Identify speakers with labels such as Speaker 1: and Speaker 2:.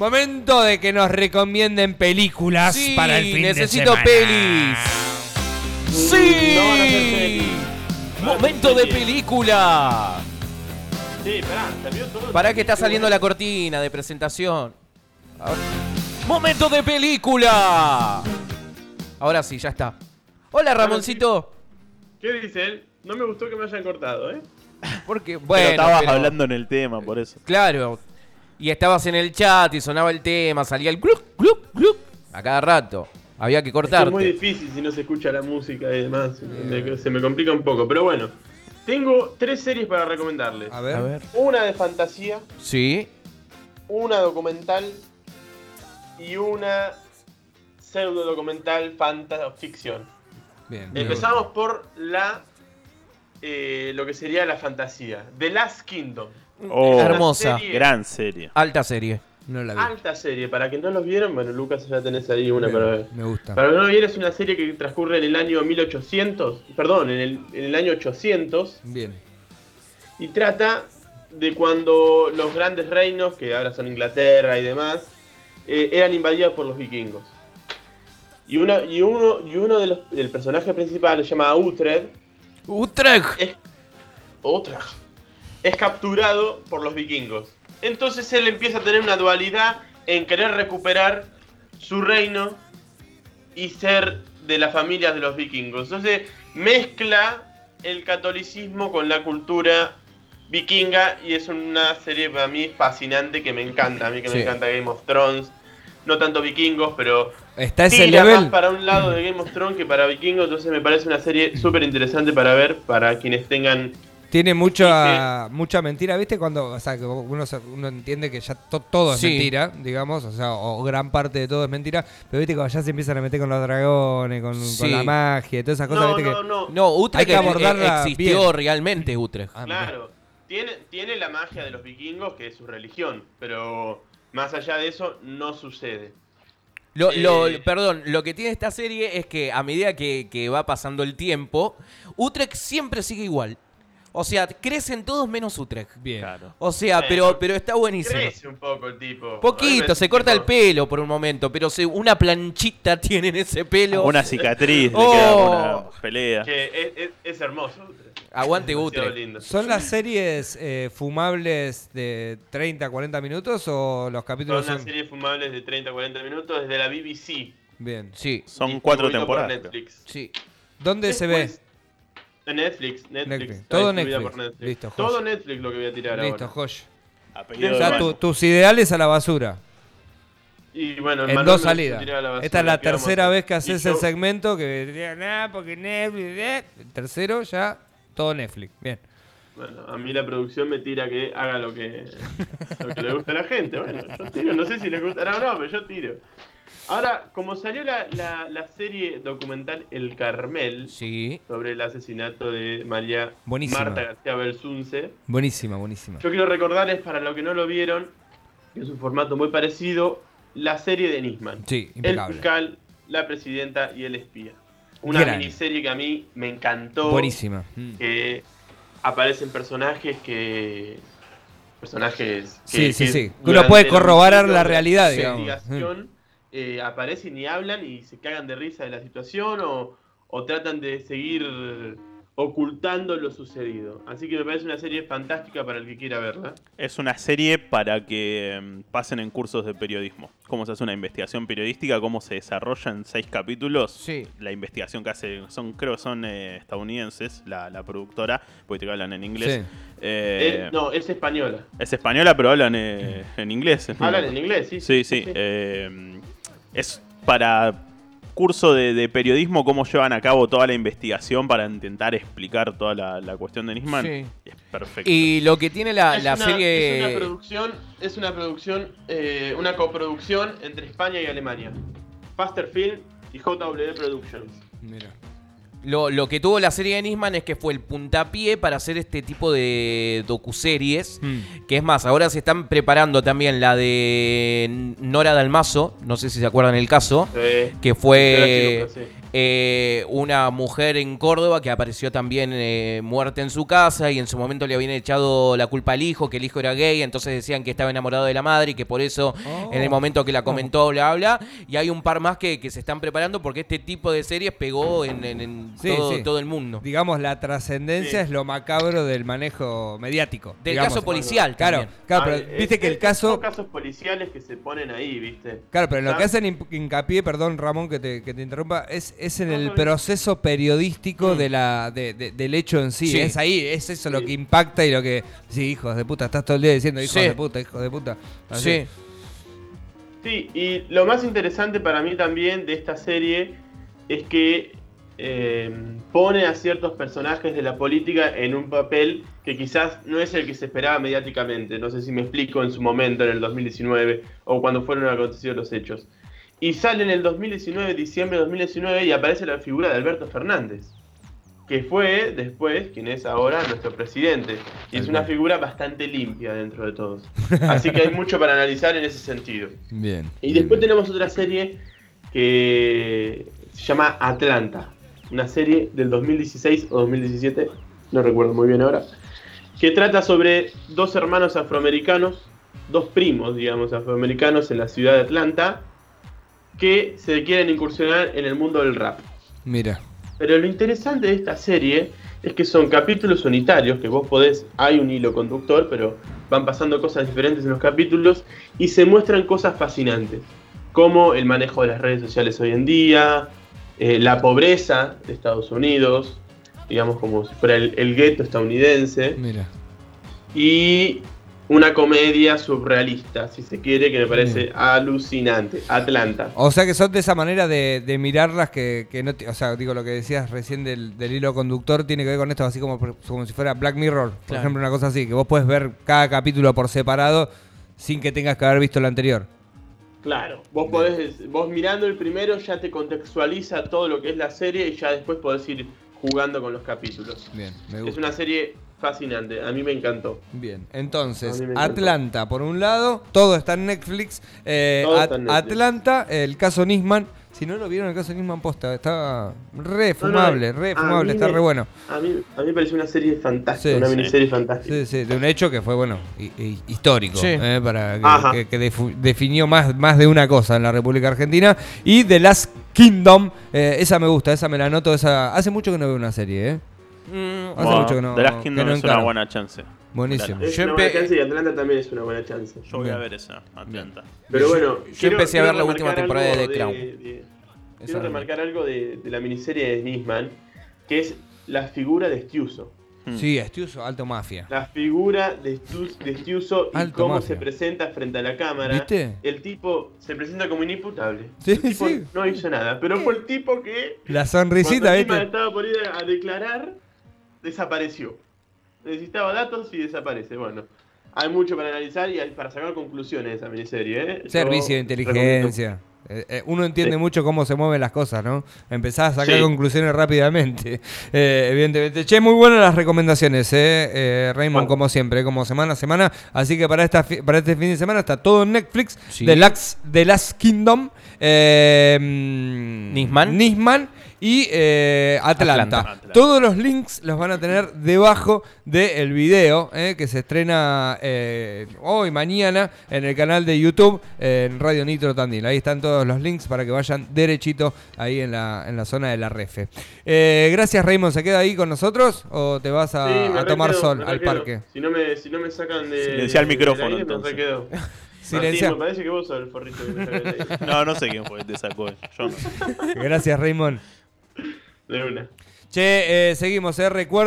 Speaker 1: Momento de que nos recomienden películas
Speaker 2: Sí,
Speaker 1: para el fin
Speaker 2: necesito
Speaker 1: de semana.
Speaker 2: pelis.
Speaker 3: No van a hacer
Speaker 2: ¡Sí!
Speaker 3: series. Van a hacer
Speaker 2: ¡Momento de
Speaker 3: series.
Speaker 2: película!
Speaker 3: Sí, pará, se vio todo.
Speaker 2: Pará que está saliendo la cortina de presentación. Ahora- ¡Momento de película! Ahora sí, ya está. Hola Ramoncito.
Speaker 3: ¿Qué dice él? No me gustó que me hayan cortado, ¿eh?
Speaker 2: Porque, bueno,
Speaker 4: Pero estabas
Speaker 2: pero-
Speaker 4: hablando en el tema, por
Speaker 2: Eh,
Speaker 4: eso.
Speaker 2: Claro. Y estabas en el chat y sonaba el tema, salía el gluc, gluc, gluc. A cada rato. Había que
Speaker 3: Es que Es muy
Speaker 2: cortarte.
Speaker 3: difícil si no se escucha la música y demás. Me- se me complica un poco, pero bueno. Tengo tres series para recomendarles.
Speaker 1: A ver.
Speaker 3: Una de fantasía,
Speaker 2: Sí.
Speaker 3: una documental y una pseudo documental fantaficción.
Speaker 1: Bien, bien.
Speaker 3: Empezamos por la eh, lo que sería la fantasía. The Last Kingdom.
Speaker 4: Oh,
Speaker 2: Hermosa.
Speaker 3: serie.
Speaker 4: gran serie.
Speaker 2: Alta serie.
Speaker 1: No la vi.
Speaker 3: Alta serie. Para que no los vieron, bueno, Lucas, ya tenés ahí una para ver.
Speaker 1: Me gusta.
Speaker 3: Para que no lo vieron, es una serie que transcurre en el año 1800, perdón, en el, en el año 800,
Speaker 1: Bien.
Speaker 3: y trata de cuando los grandes reinos, que ahora son Inglaterra y demás, eh, eran invadidos por los vikingos. Y, una, y uno, y uno de los, del personaje principal, se llama Uhtred,
Speaker 2: Utrecht.
Speaker 3: es, otra, es capturado por los vikingos. Entonces él empieza a tener una dualidad en querer recuperar su reino y ser de las familias de los vikingos. Entonces mezcla el catolicismo con la cultura vikinga y es una serie para mí fascinante que me encanta. A mí que
Speaker 2: Sí.
Speaker 3: me encanta Game of Thrones. No tanto vikingos, pero
Speaker 1: Está ese
Speaker 3: tira
Speaker 1: nivel.
Speaker 3: más para un lado de Game of Thrones que para Vikingos, entonces me parece una serie súper interesante para ver para quienes tengan.
Speaker 1: Tiene mucha mucha mentira, ¿viste? Cuando, o sea, que uno, se- uno entiende que ya to- todo es
Speaker 2: Sí.
Speaker 1: mentira, digamos, o sea, o gran parte de todo es mentira, pero viste cuando ya se empiezan a meter con los dragones, con, con
Speaker 2: Sí.
Speaker 1: la magia, y todas esas cosas,
Speaker 3: No,
Speaker 1: ¿viste?
Speaker 3: no,
Speaker 1: que...
Speaker 3: no,
Speaker 2: No,
Speaker 1: Hay
Speaker 2: Utrecht
Speaker 1: que
Speaker 2: eh,
Speaker 1: abordarla
Speaker 2: existió
Speaker 1: bien.
Speaker 2: realmente, Utrecht.
Speaker 1: Ah, mirá.
Speaker 3: Claro, tiene, tiene la magia de los vikingos que es su religión, pero más allá de eso no sucede.
Speaker 2: Lo, lo-
Speaker 3: Eh.
Speaker 2: perdón, lo que tiene esta serie es que a medida que, que va pasando el tiempo, Utrecht siempre sigue igual. O sea, crecen todos menos Utrecht.
Speaker 1: Bien.
Speaker 4: Claro.
Speaker 2: O sea, pero, pero está buenísimo.
Speaker 3: Crece un poco el tipo.
Speaker 2: Poquito, se corta el
Speaker 3: pelo
Speaker 2: pelo por un momento, pero se- una planchita tiene en ese pelo.
Speaker 4: Una cicatriz, le
Speaker 2: Oh.
Speaker 4: queda una pelea.
Speaker 3: Que es, es- es hermoso.
Speaker 2: Aguante
Speaker 3: Es demasiado
Speaker 2: Utrecht.
Speaker 3: lindo.
Speaker 1: ¿Son las series eh, fumables de 30, 40 minutos o los
Speaker 3: Son
Speaker 1: capítulos
Speaker 3: unas
Speaker 1: son...?
Speaker 3: series fumables de 30-40 minutos desde la BBC.
Speaker 1: Bien.
Speaker 2: Sí,
Speaker 4: Son
Speaker 3: distribuido
Speaker 4: cuatro
Speaker 3: por
Speaker 4: temporadas. creo.
Speaker 3: Netflix.
Speaker 2: sí.
Speaker 1: ¿Dónde se ve?
Speaker 3: Después, En Netflix, Netflix.
Speaker 1: Netflix.
Speaker 3: Está
Speaker 1: Todo
Speaker 3: distribuida
Speaker 1: Netflix.
Speaker 3: por Netflix.
Speaker 1: Listo,
Speaker 3: Todo
Speaker 1: joya.
Speaker 3: Netflix lo que voy a tirar
Speaker 1: Listo,
Speaker 3: ahora.
Speaker 1: joya.
Speaker 4: Apellido
Speaker 1: O
Speaker 3: Pero
Speaker 1: sea,
Speaker 4: de
Speaker 1: tu-
Speaker 4: Manu.
Speaker 1: tus ideales a la basura.
Speaker 3: Y bueno,
Speaker 1: En
Speaker 3: Manuel
Speaker 1: dos
Speaker 3: me lo
Speaker 1: salidas.
Speaker 3: tiró a la basura,
Speaker 1: Esta es la
Speaker 3: ¿qué vamos a
Speaker 1: tercera
Speaker 3: hacer?
Speaker 1: vez que
Speaker 3: Y
Speaker 1: haces
Speaker 3: yo-
Speaker 1: el segmento que diría, nada, porque Netflix. eh". El tercero ya, todo Netflix. Bien.
Speaker 3: Bueno, a mí la producción me tira que haga lo que, lo que le gusta a la gente. Bueno, yo tiro, no sé si les gustará o no, pero yo tiro. Ahora, como salió la, la, la serie documental El Carmel
Speaker 2: Sí.
Speaker 3: sobre el asesinato de María
Speaker 1: Buenísima.
Speaker 3: Marta García Belsunce,
Speaker 1: Buenísima, buenísima.
Speaker 3: yo quiero recordarles para los que no lo vieron, que es un formato muy parecido, la serie de Nisman.
Speaker 1: Sí,
Speaker 3: El
Speaker 1: impecable.
Speaker 3: fiscal, la presidenta y el espía. Una
Speaker 1: Gran.
Speaker 3: miniserie que a mí me encantó.
Speaker 1: Buenísima. Mm.
Speaker 3: Que aparecen personajes que. Personajes. que-
Speaker 1: Sí, sí,
Speaker 3: que
Speaker 1: sí. Uno
Speaker 3: durante
Speaker 1: puede
Speaker 3: los
Speaker 1: corroborar
Speaker 3: principios
Speaker 1: la
Speaker 3: de
Speaker 1: realidad,
Speaker 3: investigación, eh, aparecen y hablan y se cagan de risa de la situación o, o tratan de seguir ocultando lo sucedido. Así que me parece una serie fantástica para el que quiera verla.
Speaker 4: Es una serie para que mm, pasen en cursos de periodismo. Cómo se hace una investigación periodística, cómo se desarrolla en seis capítulos.
Speaker 2: Sí.
Speaker 4: La investigación que hace, son, creo que son eh, estadounidenses, la, la productora, porque te hablan en inglés.
Speaker 1: Sí.
Speaker 4: Eh,
Speaker 3: Es- no, es española.
Speaker 4: Es española, pero hablan eh, en inglés.
Speaker 3: Hablan en inglés, sí.
Speaker 4: Sí, sí. eh, es para curso de, de periodismo cómo llevan a cabo toda la investigación para intentar explicar toda la, la cuestión de Nisman.
Speaker 2: Sí.
Speaker 4: Es perfecto.
Speaker 2: Y lo que tiene
Speaker 1: Ah,
Speaker 2: la,
Speaker 3: Es
Speaker 2: la
Speaker 3: una-
Speaker 2: serie.
Speaker 3: Es una producción, es una producción, eh, una coproducción entre España y Alemania. Faster Film y JW Productions.
Speaker 1: Mira.
Speaker 2: Lo, lo que tuvo la serie de Nisman es que fue el puntapié para hacer este tipo de docuseries.
Speaker 1: Mm.
Speaker 2: Que es más, ahora se están preparando también la de Nora Dalmazo, no sé si se acuerdan el caso,
Speaker 3: Eh,
Speaker 2: que
Speaker 3: era pues.
Speaker 2: fue
Speaker 3: chico, pero sí.
Speaker 2: eh, una mujer en Córdoba que apareció también eh, muerta en su casa y en su momento le habían echado la culpa al hijo, que el hijo era gay, entonces decían que estaba enamorado de la madre y que por eso en
Speaker 1: Oh.
Speaker 2: el momento que la comentó, bla, bla. Y hay un par más que, que se están preparando porque este tipo de series pegó en, en- en
Speaker 1: Sí,
Speaker 2: todo,
Speaker 1: sí.
Speaker 2: todo el mundo.
Speaker 1: Digamos, la trascendencia
Speaker 3: Sí.
Speaker 1: es lo macabro del manejo mediático.
Speaker 2: Del
Speaker 1: digamos.
Speaker 2: caso policial
Speaker 1: Claro,
Speaker 2: también.
Speaker 1: claro,
Speaker 3: Ah,
Speaker 1: pero
Speaker 3: eh,
Speaker 1: viste que el
Speaker 3: esos
Speaker 1: caso.
Speaker 3: Son casos policiales que se ponen ahí, ¿viste?
Speaker 1: Claro, pero en lo
Speaker 3: Ah.
Speaker 1: que hacen hin- hincapié, perdón Ramón que te, que te interrumpa, es, es en
Speaker 3: No,
Speaker 1: el
Speaker 3: está bien.
Speaker 1: proceso periodístico de la, de- de- del hecho en sí.
Speaker 2: Sí.
Speaker 1: Es ahí, es eso lo
Speaker 3: Sí.
Speaker 1: que impacta y lo que. Sí, hijos de puta, estás todo el día diciendo hijos
Speaker 2: Sí.
Speaker 1: de puta, hijos de puta. Así.
Speaker 2: Sí.
Speaker 3: Sí, y lo más interesante para mí también de esta serie es que eh, pone a ciertos personajes de la política en un papel que quizás no es el que se esperaba mediáticamente. No sé si me explico en su momento, en el 2019, o cuando fueron acontecidos los hechos. Y sale en el 2019, diciembre de 2019, y aparece la figura de Alberto Fernández, que fue después quien es ahora nuestro presidente. Y es una figura bastante limpia dentro de todos. Así que hay mucho para analizar en ese sentido.
Speaker 5: Bien.
Speaker 3: Y después
Speaker 5: bien.
Speaker 3: tenemos otra serie que se llama Atlanta. Una serie del 2016 o 2017, no recuerdo muy bien ahora. Que trata sobre dos hermanos afroamericanos, dos primos, digamos, afroamericanos en la ciudad de Atlanta, que se quieren incursionar en el mundo del rap.
Speaker 1: Mira.
Speaker 3: Pero lo interesante de esta serie es que son capítulos unitarios, que vos podés, hay un hilo conductor, pero van pasando cosas diferentes en los capítulos y se muestran cosas fascinantes, como el manejo de las redes sociales hoy en día, eh, la pobreza de Estados Unidos, digamos como si fuera el, el gueto estadounidense,
Speaker 1: Mira.
Speaker 3: y una comedia surrealista, si se quiere, que me parece alucinante, Atlanta.
Speaker 1: O sea que son de esa manera de, de mirarlas que, que no. ti- O sea, digo, lo que decías recién del, del hilo conductor tiene que ver con esto, así como, por- como si fuera Black Mirror, por
Speaker 2: Claro.
Speaker 1: ejemplo, una cosa así, que vos puedes ver cada capítulo por separado sin que tengas que haber visto el anterior.
Speaker 3: Claro, vos podés, vos mirando el primero ya te contextualiza todo lo que es la serie y ya después podés ir jugando con los capítulos.
Speaker 5: Bien.
Speaker 1: Me
Speaker 3: Es
Speaker 1: gusta.
Speaker 3: una serie fascinante, a mí me encantó.
Speaker 1: Bien,
Speaker 3: A
Speaker 1: entonces,
Speaker 3: mí me encantó.
Speaker 1: Atlanta, por un lado, todo está en Netflix. eh,
Speaker 3: Todo está
Speaker 1: At-
Speaker 3: en Netflix.
Speaker 1: Atlanta, el caso Nisman. Si no lo vieron, el caso Nisman posta, está re
Speaker 3: No, eh, ah, no,
Speaker 1: fumable,
Speaker 3: a
Speaker 1: re
Speaker 3: mí
Speaker 1: fumable, está
Speaker 3: me-
Speaker 1: re bueno.
Speaker 3: A mí, a mí me pareció una serie fantástica,
Speaker 1: Sí,
Speaker 3: una
Speaker 1: sí.
Speaker 3: miniserie fantástica.
Speaker 1: Sí, sí, de un hecho que fue, bueno, hi- hi- histórico,
Speaker 2: Sí.
Speaker 1: eh, para
Speaker 3: Ajá.
Speaker 1: que, que- que defu- definió más, más de una cosa en la República Argentina. Y The Last Kingdom, eh, esa me gusta, esa me la noto, esa... Hace mucho que no veo una serie, ¿eh?
Speaker 2: Mm,
Speaker 1: Hace
Speaker 4: Bueno,
Speaker 1: mucho que no-
Speaker 4: The Last
Speaker 1: que
Speaker 4: Kingdom
Speaker 1: no
Speaker 4: es una
Speaker 1: encaro.
Speaker 4: buena chance.
Speaker 1: Buenísimo.
Speaker 3: Es
Speaker 2: Yo
Speaker 3: una buena
Speaker 2: empe-
Speaker 3: chance y Atlanta también es una buena chance.
Speaker 4: Yo voy a
Speaker 1: Bien.
Speaker 4: ver esa, Atlanta.
Speaker 3: Pero bueno,
Speaker 2: yo empecé a ver la última
Speaker 3: remarcar
Speaker 2: temporada de
Speaker 3: algo
Speaker 2: The Crown.
Speaker 3: de-
Speaker 2: Esa-
Speaker 3: quiero remarcar algo de, de la miniserie de Nisman, que es la figura de Stiuso.
Speaker 4: Mm.
Speaker 1: Sí, Estiuso, Alto Mafia.
Speaker 3: La figura de, Stus- de Stiuso y
Speaker 1: Alto
Speaker 3: cómo
Speaker 1: mafia.
Speaker 3: se presenta frente a la cámara.
Speaker 1: ¿Viste?
Speaker 3: El tipo se presenta como inimputable.
Speaker 1: Sí,
Speaker 3: el tipo
Speaker 1: sí.
Speaker 3: no hizo nada, pero fue el tipo que
Speaker 1: La sonrisita,
Speaker 3: cuando encima
Speaker 1: ¿viste?
Speaker 3: estaba por ir a declarar, desapareció. Necesitaba datos y desaparece. Bueno, hay mucho para analizar y hay para sacar conclusiones de esa miniserie. ¿eh? Yo
Speaker 1: Servicio de
Speaker 3: recomiendo.
Speaker 1: inteligencia. Eh, eh, uno entiende
Speaker 3: Sí.
Speaker 1: mucho cómo se mueven las cosas, ¿no? Empezás a sacar
Speaker 4: Sí.
Speaker 1: conclusiones rápidamente, eh, evidentemente. Che, muy buenas las recomendaciones, ¿eh? Eh, Raymond,
Speaker 3: Bueno.
Speaker 1: como siempre, como semana a semana. Así que para, esta fi- para este fin de semana está todo en Netflix,
Speaker 2: Sí.
Speaker 1: The, Last, The Last Kingdom, eh, mm,
Speaker 2: Nisman.
Speaker 1: Nisman y eh, Atlanta.
Speaker 2: Atlanta.
Speaker 4: Atlanta.
Speaker 1: Todos los links los van a tener debajo del video eh, que se estrena eh, hoy, mañana, en el canal de YouTube, eh, en Radio Nitro Tandil. Ahí están todos los links para que vayan derechito ahí en la, en la zona de la refe. Eh, gracias, Raymond. ¿Se queda ahí con nosotros o te vas a,
Speaker 3: Sí, me
Speaker 1: Ah, a tomar
Speaker 3: requedo,
Speaker 1: sol
Speaker 3: me
Speaker 1: al
Speaker 3: requedo.
Speaker 1: parque?
Speaker 3: Si no me, si no me sacan de.
Speaker 4: Silencia el
Speaker 3: de-
Speaker 4: micrófono,
Speaker 3: del aire, me
Speaker 4: entonces.
Speaker 3: requedo.
Speaker 1: Silencia.
Speaker 3: Martín, me parece que vos sos el forrito que me saca del aire.
Speaker 4: No, no sé quién fue, te sacó. Yo no.
Speaker 1: Gracias, Raymond.
Speaker 3: De una.
Speaker 1: Che, eh, seguimos, eh, recuerden.